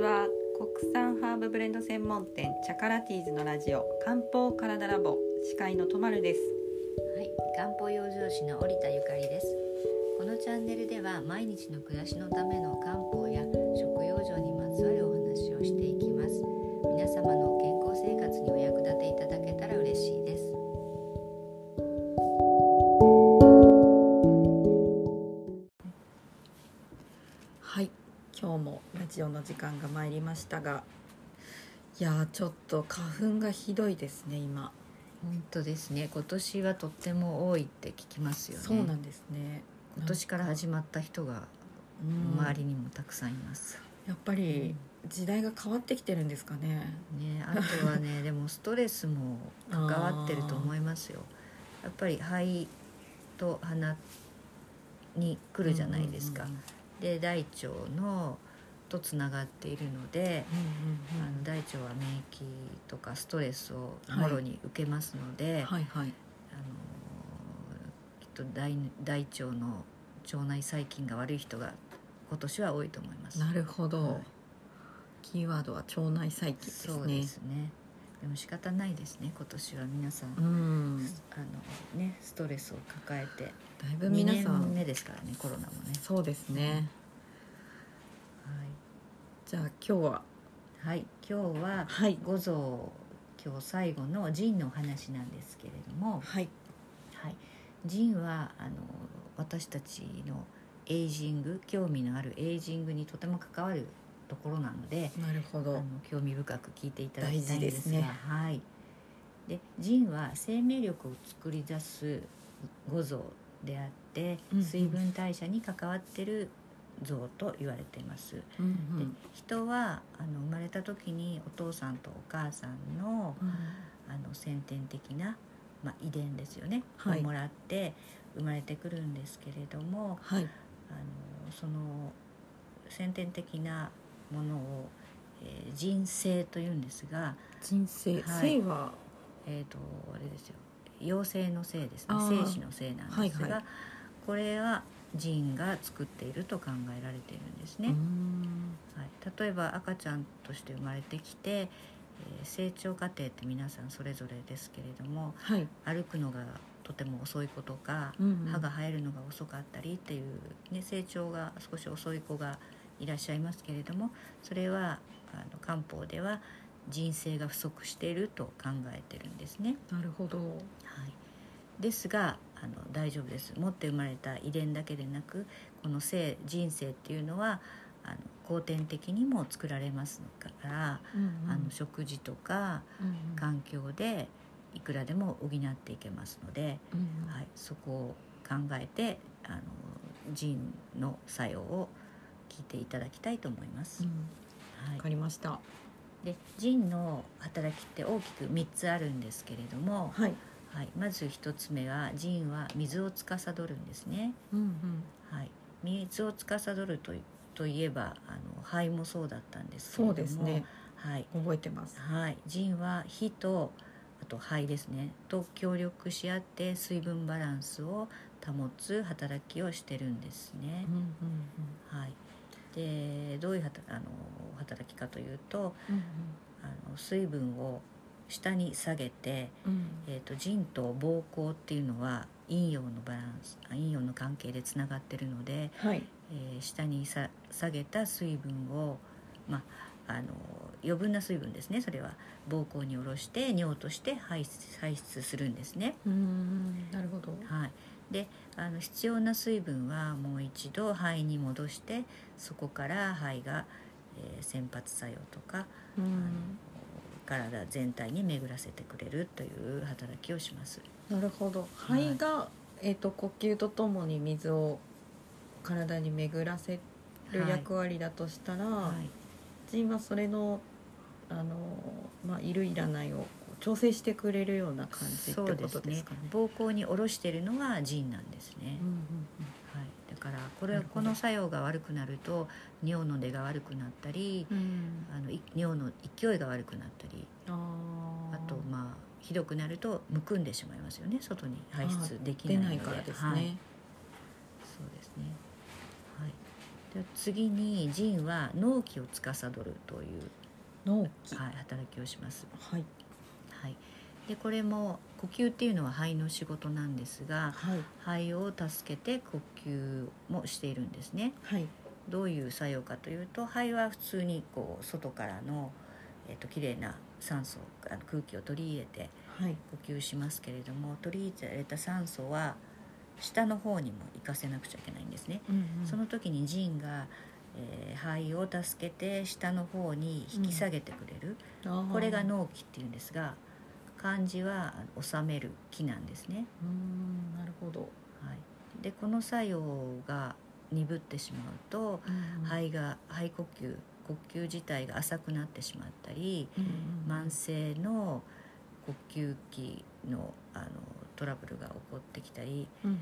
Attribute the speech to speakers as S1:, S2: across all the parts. S1: は国産ハーブブレンド専門店チャカラティーズのラジオ漢方体ラボ司会のとまるです
S2: はい、漢方養生師の織田ゆかりですこのチャンネルでは毎日の暮らしのための漢方や食養生にまつわるお話をしていきます皆様の健康生活にお役立ていただけたら嬉しいです
S1: はい今日もラジオの時間が参りましたがいやーちょっと花粉がひどいですね今
S2: 本当ですね今年はとっても多いって聞きますよね
S1: そうなんですね
S2: 今年から始まった人が
S1: うん
S2: 周りにもたくさんいます、
S1: やっぱり時代が変わってきてるんですかね
S2: ね、あとはねでもストレスも関わってると思いますよやっぱり肺と鼻に来るじゃないですか、
S1: うんうん
S2: で大腸のとつながっているので、
S1: うんうん
S2: あの大腸は免疫とかストレスをもろに受けますので、
S1: はいはい
S2: あのきっと大大腸の腸内細菌が悪い人が今年は多いと思います。
S1: なるほど、
S2: はい
S1: キーワードは腸内細菌ですね
S2: そうですねでも仕方ないですね今年は皆さん、
S1: うん
S2: あのねストレスを抱えて
S1: だいぶ
S2: 2
S1: 皆さ
S2: 年
S1: ん
S2: 目ですからねコロナもね
S1: そうですねじゃあ今日は
S2: はい、はい、今日は
S1: はい
S2: 五臓今日最後の腎のお話なんですけれども、
S1: はい
S2: はい、腎はあの私たちのエイジング興味のあるエイジングにとても関わるところなので、
S1: なるほ
S2: あ
S1: ど
S2: の興味深く聞いていただきたいんです
S1: 大
S2: が
S1: 事ですね
S2: はい、で腎は生命力を作り出す五臓であって
S1: うんうん
S2: 水分代謝に関わってる臓と言われています、
S1: うん
S2: で人はあの生まれた時にお父さんとお母さんの
S1: うん
S2: あの先天的な、まあ、遺伝ですよね、
S1: はい
S2: をもらって生まれてくるんですけれども
S1: はい
S2: あのその先天的なものを、えー人生というんですが、
S1: 人生、
S2: はい
S1: 性は
S2: えー、とあれですよ妖精の性ですね
S1: あー
S2: 精子の性なんですが、
S1: はいはい
S2: これは人が作っていると考えられているんですね。
S1: うーん
S2: はい、例えば赤ちゃんとして生まれてきて、えー成長過程って皆さんそれぞれですけれども
S1: はい、
S2: 歩くのがとても遅い子とか
S1: うんうん
S2: 歯が生えるのが遅かったりっていう、ね、成長が少し遅い子がいらっしゃいますけれどもそれはあの漢方では人生が不足していると考えてるんですね。
S1: なるほど
S2: はい、ですがあの大丈夫です持って生まれた遺伝だけでなくこの性人生っていうのはあの後天的にも作られますから、あの食事とか
S1: うんうん
S2: 環境でいくらでも補っていけますので、
S1: うんうん
S2: はい、そこを考えてあの腎の作用を聞いていただきたいと思います。
S1: うん
S2: は
S1: わ
S2: い
S1: かりました
S2: で腎の働きって大きく3つあるんですけれども、
S1: はい
S2: はい、まず一つ目は腎は水を司るんですね。
S1: うんうん
S2: はい、水を司るといといえばあの肺もそうだったんです
S1: そ
S2: けれども
S1: うですね
S2: はい
S1: 覚えてます
S2: はい、腎は火とあと肺ですねと協力し合って水分バランスを保つ働きをしてるんですね
S1: う。んうん
S2: はい、でどういうはたあの働きかというと
S1: うん
S2: あの水分を下に下げて
S1: うん
S2: えー、と腎と膀胱っていうのは陰陽のバランスあ陰陽の関係でつながってるので、
S1: はい
S2: えー下にさ下げた水分を、まあ、あの余分な水分ですねそれは膀胱に下ろして尿として排出排出するんですね。
S1: うんなるほど
S2: はい、であの必要な水分はもう一度肺に戻してそこから肺が、えー洗髪作用とか
S1: う
S2: あの
S1: ん
S2: 体全体に巡らせてくれるという働きをします。
S1: なるほど
S2: はい
S1: 肺が、えっと呼吸とともに水を体に巡らせる役割だとしたら、
S2: はい
S1: 腎はそれのあの、まあ、いるいらないをこう調整してくれるような感じって
S2: そう
S1: ことですかね。
S2: 膀胱に下ろしてるのが腎なんですね
S1: うん、
S2: はい、だからこれ
S1: な
S2: は
S1: るほど
S2: この作用が悪くなると尿の出が悪くなったり
S1: うんうん
S2: あのい尿の勢いが悪くなったり
S1: あ
S2: あとまあひどくなるとむくんでしまいますよね外に排出でき
S1: 出
S2: な
S1: ないい
S2: ので
S1: からです
S2: はい、
S1: ね。
S2: そうですね、はい、で次に腎は脳気を司るという、
S1: 納期
S2: はい、働きをします。
S1: はい
S2: はい、でこれも呼吸っていうのは肺の仕事なんですが
S1: はい
S2: 肺を助けて呼吸もしているんですね。
S1: はい
S2: どういう作用かというと肺は普通にこう外からの、えっと綺麗な酸素あの空気を取り入れて
S1: はい
S2: 呼吸しますけれども取り入れた酸素は下の方にも行かせなくちゃいけないんですね。
S1: うんうん
S2: その時に腎が、えー肺を助けて下の方に引き下げてくれる、
S1: あー
S2: これが納期っていうんですが漢字はあの収める気なんですね、
S1: うーんなるほど、
S2: はい、でこの作用が鈍ってしまうと肺が肺呼吸呼吸自体が浅くなってしまったり
S1: うんうん
S2: 慢性の呼吸器のあのトラブルが起こってきたり、
S1: うんうん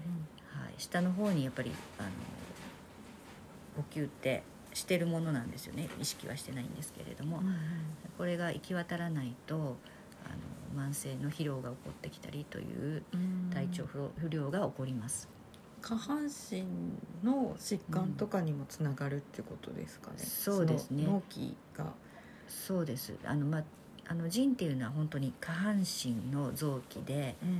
S2: はい、下の方にやっぱりあの呼吸ってしてるものなんですよね意識はしてないんですけれども、
S1: うんうん
S2: これが行き渡らないとあの慢性の疲労が起こってきたりという
S1: うん
S2: 体調不不良が起こります、
S1: 下半身の疾患とかにもつながるってことですかね、
S2: うんそうですね
S1: その納期が
S2: そうですあの、ま、あの腎っていうのは本当に下半身の臓器で
S1: うん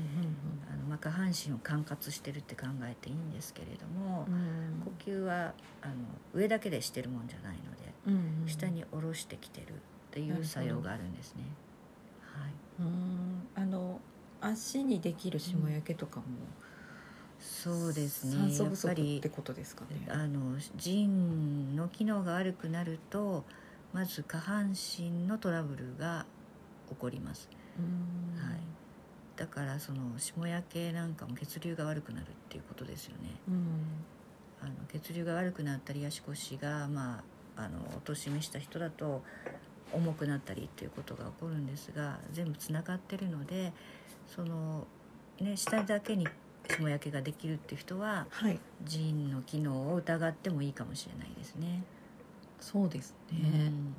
S2: あの、ま、下半身を管轄してるって考えていいんですけれども、
S1: うんうん
S2: 呼吸はあの上だけでしてるもんじゃないので、
S1: うんうん
S2: 下に下ろしてきてるっていう作用があるんですね。はい、
S1: うんあの足にできる霜焼けとかも、
S2: そうです
S1: 酸
S2: ね
S1: 素
S2: や
S1: 不
S2: っぱ
S1: 足
S2: り
S1: ってことですかね
S2: あの腎の機能が悪くなるとまず下半身のトラブルが起こります
S1: うん
S2: はいだからその霜焼けなんかも血流が悪くなるっていうことですよね
S1: うん
S2: あの血流が悪くなったり足腰がまああのお年めした人だと重くなったりっていうことが起こるんですが全部つながってるのでそのね下だけに霜焼けができるっていう人は
S1: はい
S2: 腎の機能を疑ってもいいかもしれないですね。
S1: そうです
S2: う
S1: ね、
S2: ん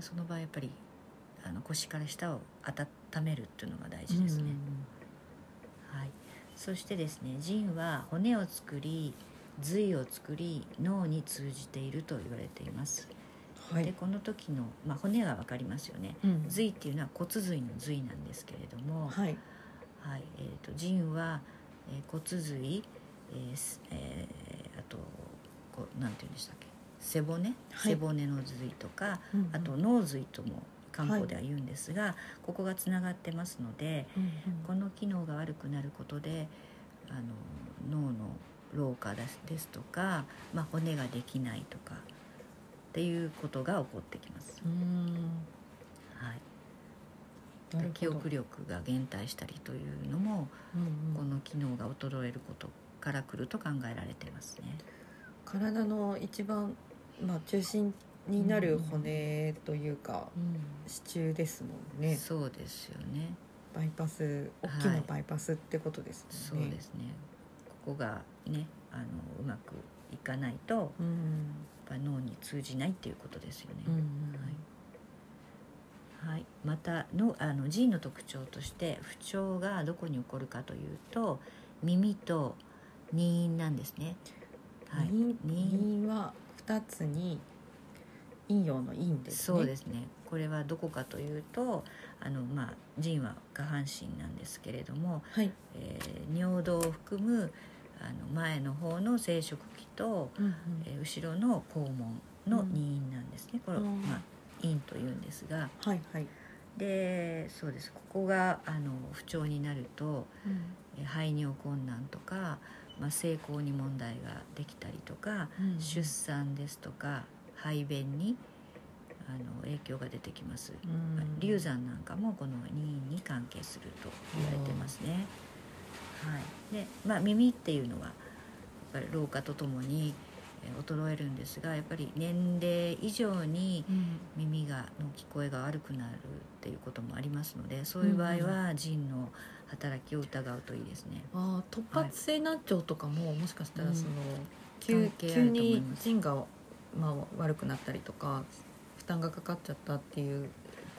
S2: その場合やっぱりあの腰から下を温めるっていうのが大事ですね。はい。そしてですね、腎は骨を作り、髄を作り、脳に通じていると言われています。
S1: は
S2: で、
S1: い、
S2: この時のまあ骨はわかりますよね。
S1: うん
S2: 髄っていうのは骨髄の髄なんですけれども、はい。
S1: はい
S2: えっ、と腎は、えー骨髄、えーすえーあとこうなんて言うんでしたっけ、背骨、背骨の髄とか、あと、脳髄とも漢方では言うんですが、ここがつながってますので、
S1: うん
S2: この機能が悪くなることであの脳の老化ですですとか、まあ、骨ができないとかっていうことが起こってきます、
S1: うんうん
S2: はい、
S1: なるほど
S2: 記憶力が減退したりというのも
S1: うんう
S2: こ
S1: ん
S2: の機能が衰えることからくると考えられてますね。
S1: 体の一番、まあ、中心になる骨というか、支柱ですもんね
S2: そうですよね。
S1: バイパス大き
S2: は
S1: ないバイパスってことです
S2: そ
S1: も
S2: うん
S1: ね、
S2: ですね。ここがね、あのうまくいかないと、やっ
S1: うん
S2: ぱ脳に通じないっていうことですよね。
S1: うん
S2: はい、またのあの腎の特徴として不調がどこに起こるかというと耳と妊飲なんですね。はい、
S1: 陰
S2: 妊
S1: 陰は二つに陰陽の陰ですね
S2: そうですね。これはどこかというとあのまあ腎は下半身なんですけれども、
S1: はい、
S2: えー尿道を含むあの前の方の生殖器と、
S1: うんうん
S2: えー後ろの肛門の妊飲なんですね。これを
S1: うん
S2: まあ陰というんですが、
S1: はいはい、
S2: でそうです。ここがあの不調になると。
S1: うん
S2: えー排尿困難とか、まあ、性交に問題ができたりとか、出産ですとか排便にあの影響が出てきます、
S1: うん
S2: 流産なんかもこの任意に関係すると言われてますね、はいでまあ、耳っていうのはやっぱり老化とともにえー衰えるんですがやっぱり年齢以上に
S1: うん
S2: 耳がの聞こえが悪くなるっていうこともありますのでそういう場合は腎の働きを疑うといいですね。
S1: あー突発性難聴とかも、もしかしたらその、
S2: うん
S1: 急
S2: 関係あ
S1: 急
S2: ると思い
S1: に
S2: ます
S1: 腎が、まあ、悪くなったりとか負担がかかっちゃったっていう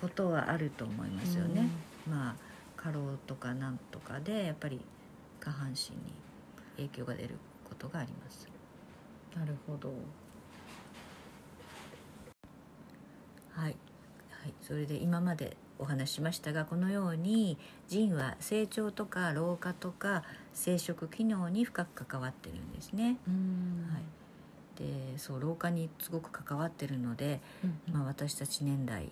S2: ことはあると思いますよね。まあ過労とかなんとかでやっぱり下半身に影響が出ることがあります。
S1: うんなるほど
S2: はい、はい、それで今までお話ししましたがこのように腎は成長とか老化とか生殖機能に深く関わってるんですね。
S1: うん
S2: はい、でそう老化にすごく関わってるので、
S1: うん
S2: まあ、私たち年代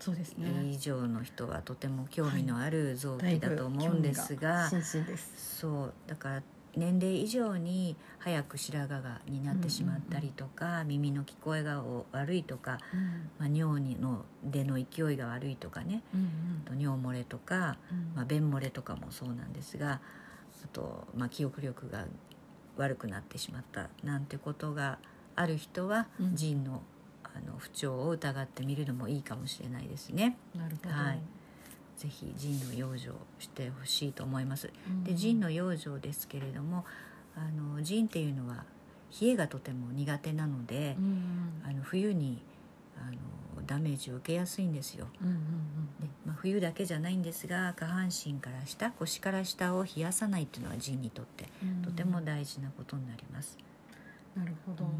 S1: そうですね
S2: 以上の人はとても興味のある臓器だと思うんですが、
S1: 心身です
S2: そうだから年齢以上に早く白髪がになってしまったりとか、耳の聞こえが悪いとか、
S1: うん
S2: まあ、尿にの出の勢いが悪いとかね
S1: うん
S2: あと尿漏れとか、
S1: うん
S2: まあ、便漏れとかもそうなんですがあと、まあ、記憶力が悪くなってしまったなんてことがある人は
S1: うん
S2: 腎のあの不調を疑ってみるのもいいかもしれないですね。
S1: なるほど、
S2: はいぜひ腎の養生をしてほしいと思います。
S1: うん
S2: で腎の養生ですけれどもあの腎っていうのは冷えがとても苦手なので
S1: う、ん
S2: あの冬にあのダメージを受けやすいんですよ。
S1: うんうんうん
S2: でまあ、冬だけじゃないんですが下半身から下腰から下を冷やさないっていうのは腎にとって
S1: うん
S2: とても大事なことになります。
S1: なるほど、
S2: うん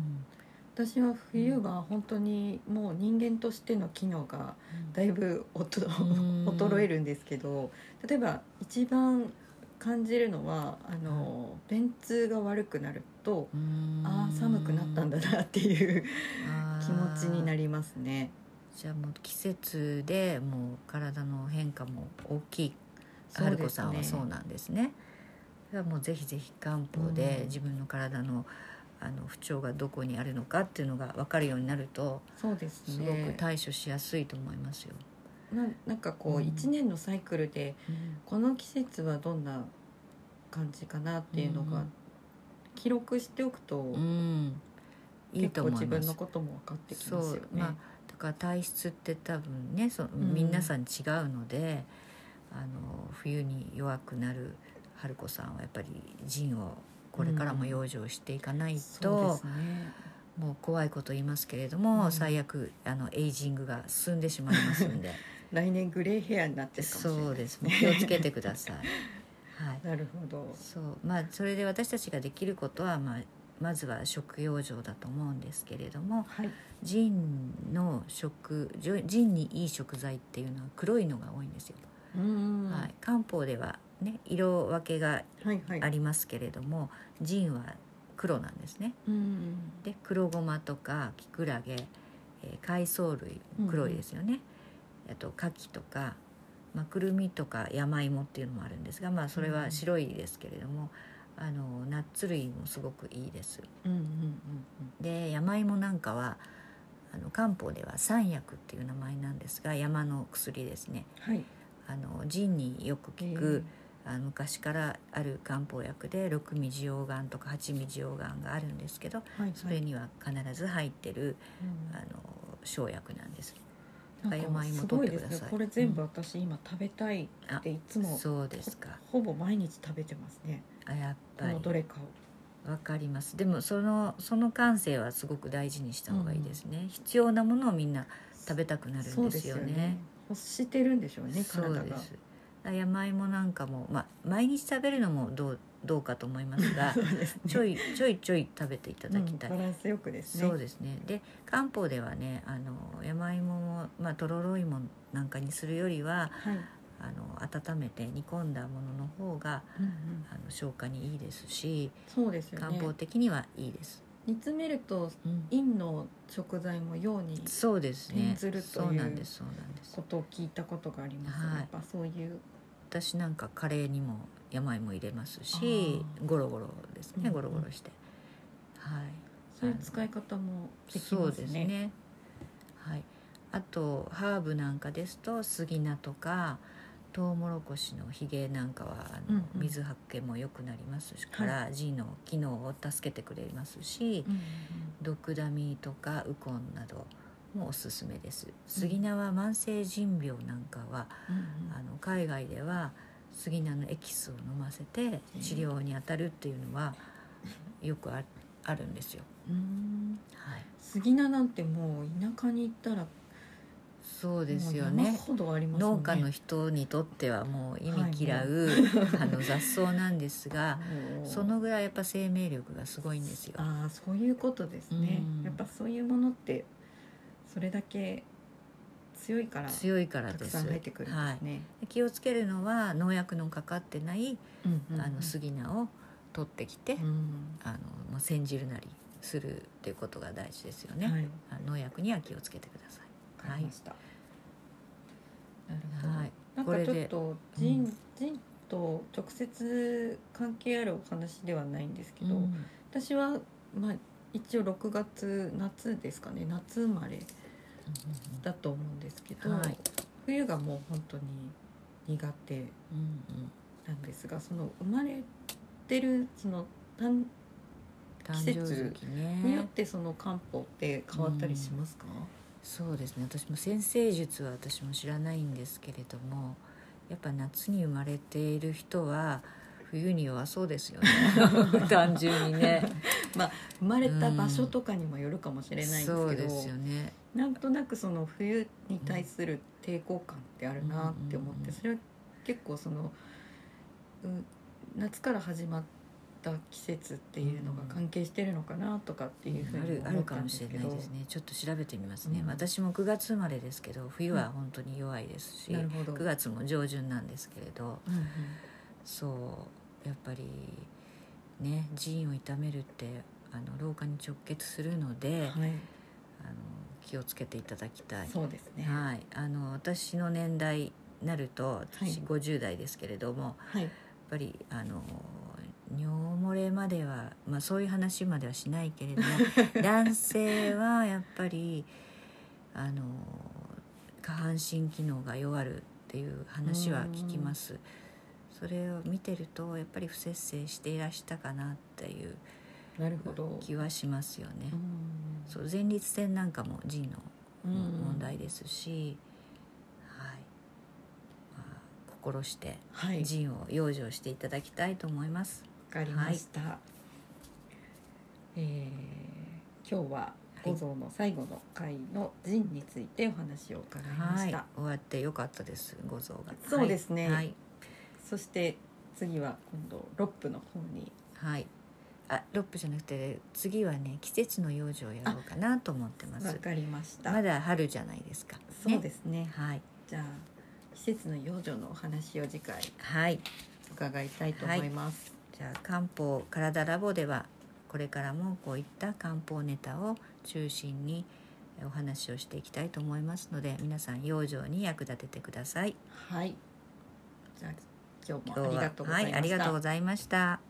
S1: 私は冬は本当にもう人間としての機能がだいぶおと
S2: ん
S1: 衰えるんですけど例えば一番感じるのはあの便通が悪くなると
S2: うん
S1: ああ寒くなったんだなっていう
S2: あー
S1: 気持ちになりますね。
S2: じゃあもう季節でもう体の変化も大きい
S1: そう
S2: 春
S1: で
S2: 子
S1: す
S2: さんはそう
S1: ね
S2: なんですね。だからもうぜひぜひ漢方
S1: う
S2: で
S1: ん
S2: 自分の体のあの不調がどこにあるのかっていうのが分かるようになると
S1: そうです
S2: すごく
S1: ね
S2: 対処しやすいと思いますよ。
S1: ななんかこ
S2: う
S1: うん一年のサイクルでこの季節はどんな感じかなっていうの
S2: う
S1: が
S2: ん
S1: 記録しておくと
S2: うん、いい
S1: 結
S2: と
S1: 構
S2: 思
S1: 自
S2: いま
S1: 分
S2: す
S1: の。ことも分かってき
S2: そ
S1: ますよ
S2: う
S1: ね。
S2: まあだから体質って多分ねその
S1: ん
S2: 皆さん違うので、あの冬に弱くなる春子さんはやっぱり腎をこれからも養生していかないと。
S1: そうですね。
S2: もう怖いこと言いますけれども、
S1: うん
S2: 最悪あのエイジングが進んでしまいますん で
S1: 来年グレーヘアになってるかもしれない。
S2: そうですね気をつけてください はい
S1: なるほど。
S2: そうまあそれで私たちができることは、まあ、まずは食養生だと思うんですけれども
S1: はい。
S2: 腎の食腎にいい食材っていうのは黒いのが多いんですよ、
S1: うん
S2: は
S1: はい
S2: い、漢方ではね色分けが
S1: はいはい。
S2: ありますけれども腎は黒なんですね
S1: うん。
S2: で黒ごまとかきくらげ、えー海藻類黒いですよね、あと牡蠣とか、まあ、くるみとか山芋っていうのもあるんですが、まあ、それは白いですけれども、あのナッツ類もすごくいいです
S1: うんうん
S2: で山芋なんかはあの漢方では三薬っていう名前なんですが山の薬ですね
S1: うん。はい。
S2: あの腎によく効く、あの昔からある漢方薬で六味地黄丸とか八味地黄丸があるんですけど
S1: えー。はい。
S2: それには必ず入ってる、
S1: うん
S2: あの生薬なんです。
S1: なんか
S2: 山芋取ってください
S1: すごですねこれ全部私今食べたい
S2: あ
S1: っていつも
S2: そうですか。
S1: ほぼ毎日食べてますね。
S2: あやっ
S1: こ
S2: ぱり
S1: のどれかを。
S2: わかります。でもそのその感性はすごく大事にした方がいいですね。必要なものをみんな食べたくなる
S1: そ
S2: ん
S1: う
S2: ですよね。。
S1: 欲してるんでしょうね
S2: そう
S1: 体
S2: で
S1: が。
S2: す。あ山芋なんかもまあ毎日食べるのもどうどうかと思いま すが、
S1: そうですね。
S2: ちょいちょいちょい食べていただきたい。
S1: うんバランスよくですね。
S2: そうですねで漢方ではねあの山芋も、まあ、とろろ芋なんかにするよりは
S1: はい。
S2: あの温めて煮込んだものの方が
S1: うんうん
S2: あの消化にいいですし
S1: そうですよ
S2: 漢方
S1: ね。
S2: 的にはいいです、
S1: 煮詰めると
S2: うん
S1: 陰の食材も陽に
S2: そうですね
S1: 転ずるという
S2: そうなんですそうなんです
S1: ことを聞いたことがあります、
S2: はい
S1: やっぱそういう
S2: 私なんかカレーにも山芋入れます
S1: あ
S2: し
S1: ー
S2: ゴロゴロです
S1: うんう
S2: ね
S1: ん
S2: ゴロゴロして、はい
S1: そういう使い方もでき
S2: そう
S1: ますね。
S2: ですねはいあとハーブなんかですと杉菜とかトウモロコシのひげなんかはあ
S1: うんう
S2: の、
S1: ん
S2: 水発見も良くなりますしから腎の機能を助けてくれますし、
S1: うんうん
S2: ドクダミとかウコンなどもおすすめです杉菜は慢性腎病なんかは、
S1: うん
S2: あの海外では杉菜のエキスを飲ませて治療に当たるっていうのはよくああるんですよ、
S1: うんうん
S2: はい、
S1: 杉菜なんてもう田舎に行ったら
S2: そうですよ
S1: もう山
S2: ね
S1: ほどありますもん
S2: 農
S1: ね。
S2: 家の人にとってはもう意味嫌う、あの雑草なんです が
S1: もう
S2: そのぐらいやっぱ生命力がすごいんですよ。
S1: ああそういうことですね
S2: う。ん
S1: やっぱそういうものってそれだけ強いからた
S2: 強いから
S1: く
S2: です
S1: さん入ってくるんで
S2: は
S1: すね。
S2: い、気をつけるのは農薬のかかってない、
S1: うんうんうん
S2: あの杉菜を取ってきて、
S1: うん
S2: あのまあ煎じるなりするっていうことが大事ですよね、
S1: はい、わ
S2: あ農薬には気をつけてくださ
S1: かりました。なるほ
S2: い、
S1: ど。
S2: はい、
S1: なん
S2: こ
S1: か
S2: れ
S1: ちょ
S2: で
S1: っと
S2: うん
S1: 人、人と直接関係あるお話ではないんですけど、
S2: うん
S1: 私はまあ一応6月夏ですかね夏生まれだと思うんですけど、
S2: はい
S1: 冬がもう本当に苦手
S2: うんうん
S1: なんですがその生まれてるその単
S2: 誕
S1: 季
S2: 生
S1: 節
S2: 月
S1: によっ
S2: ね
S1: てその漢方って変わったりしますか、
S2: そうですね私も先生術は私も知らないんですけれどもやっぱ夏に生まれている人は冬に弱そうです よね単純にね
S1: 生まれた場所とかにもよるかもしれないんですけど、
S2: そうですよね
S1: なんとなくその冬に対する抵抗感ってあるなって思っ
S2: うんうんうんう
S1: て
S2: ん
S1: それは結構その、うん、夏から始まった季節っていうのが関係してるのかなとかっていうふう
S2: あ
S1: に
S2: るあ
S1: 思
S2: る
S1: っ
S2: か
S1: たん
S2: も
S1: で
S2: し
S1: す
S2: れ
S1: け
S2: ない
S1: ど
S2: ですねちょっと調べてみますね、
S1: うん
S2: 私も9月生まれですけど冬は本当に弱いですし、
S1: なるほど。
S2: 9月も上旬なんですけれど
S1: うんうん
S2: そうやっぱりね腎を痛めるってあの老化に直結するのであの
S1: はい、
S2: 気をつけていただきたい。
S1: そうですね。
S2: はい、あの私の年代になる
S1: は
S2: と
S1: い
S2: 私50代ですけれども、やっ
S1: はい、
S2: ぱりあの尿漏れまでは、まあ、そういう話まではしないけれ ども男性はやっぱりあの下半身機能が弱るっていう話は聞きます。それを見てるとやっぱり不節制していらしたかなっていう
S1: なるほど。
S2: 気はしますよね
S1: う。ん
S2: そう前立腺なんかも腎の
S1: うん
S2: 問題ですし、はい、まあ、心して
S1: はい、わ
S2: 腎を養生していただきたいと思います。
S1: かりました。えー今日は五臓の最後の回の腎についてお話を伺いま
S2: は
S1: し
S2: い
S1: た。、
S2: 終わってよかったです。ご像が。
S1: そうですね
S2: はい、
S1: そして次は今度ロップの方に
S2: はい。あ、ロップじゃなくて次はね季節の養生をやろうかなと思ってま
S1: わ
S2: す。
S1: かりました。
S2: まだ春じゃないですか。。
S1: そうですすね。
S2: はい
S1: じゃあ季節の養生のお話を次回
S2: はい。
S1: 伺いたいと思います。
S2: じゃあ漢方体ラボではこれからもこういった漢方ネタを中心にえお話をしていきたいと思いますので皆さん養生に役立ててください
S1: はい。じゃあ今日もあ
S2: 今日
S1: りが
S2: は
S1: とうござ
S2: はい
S1: ました。
S2: いありがとうございました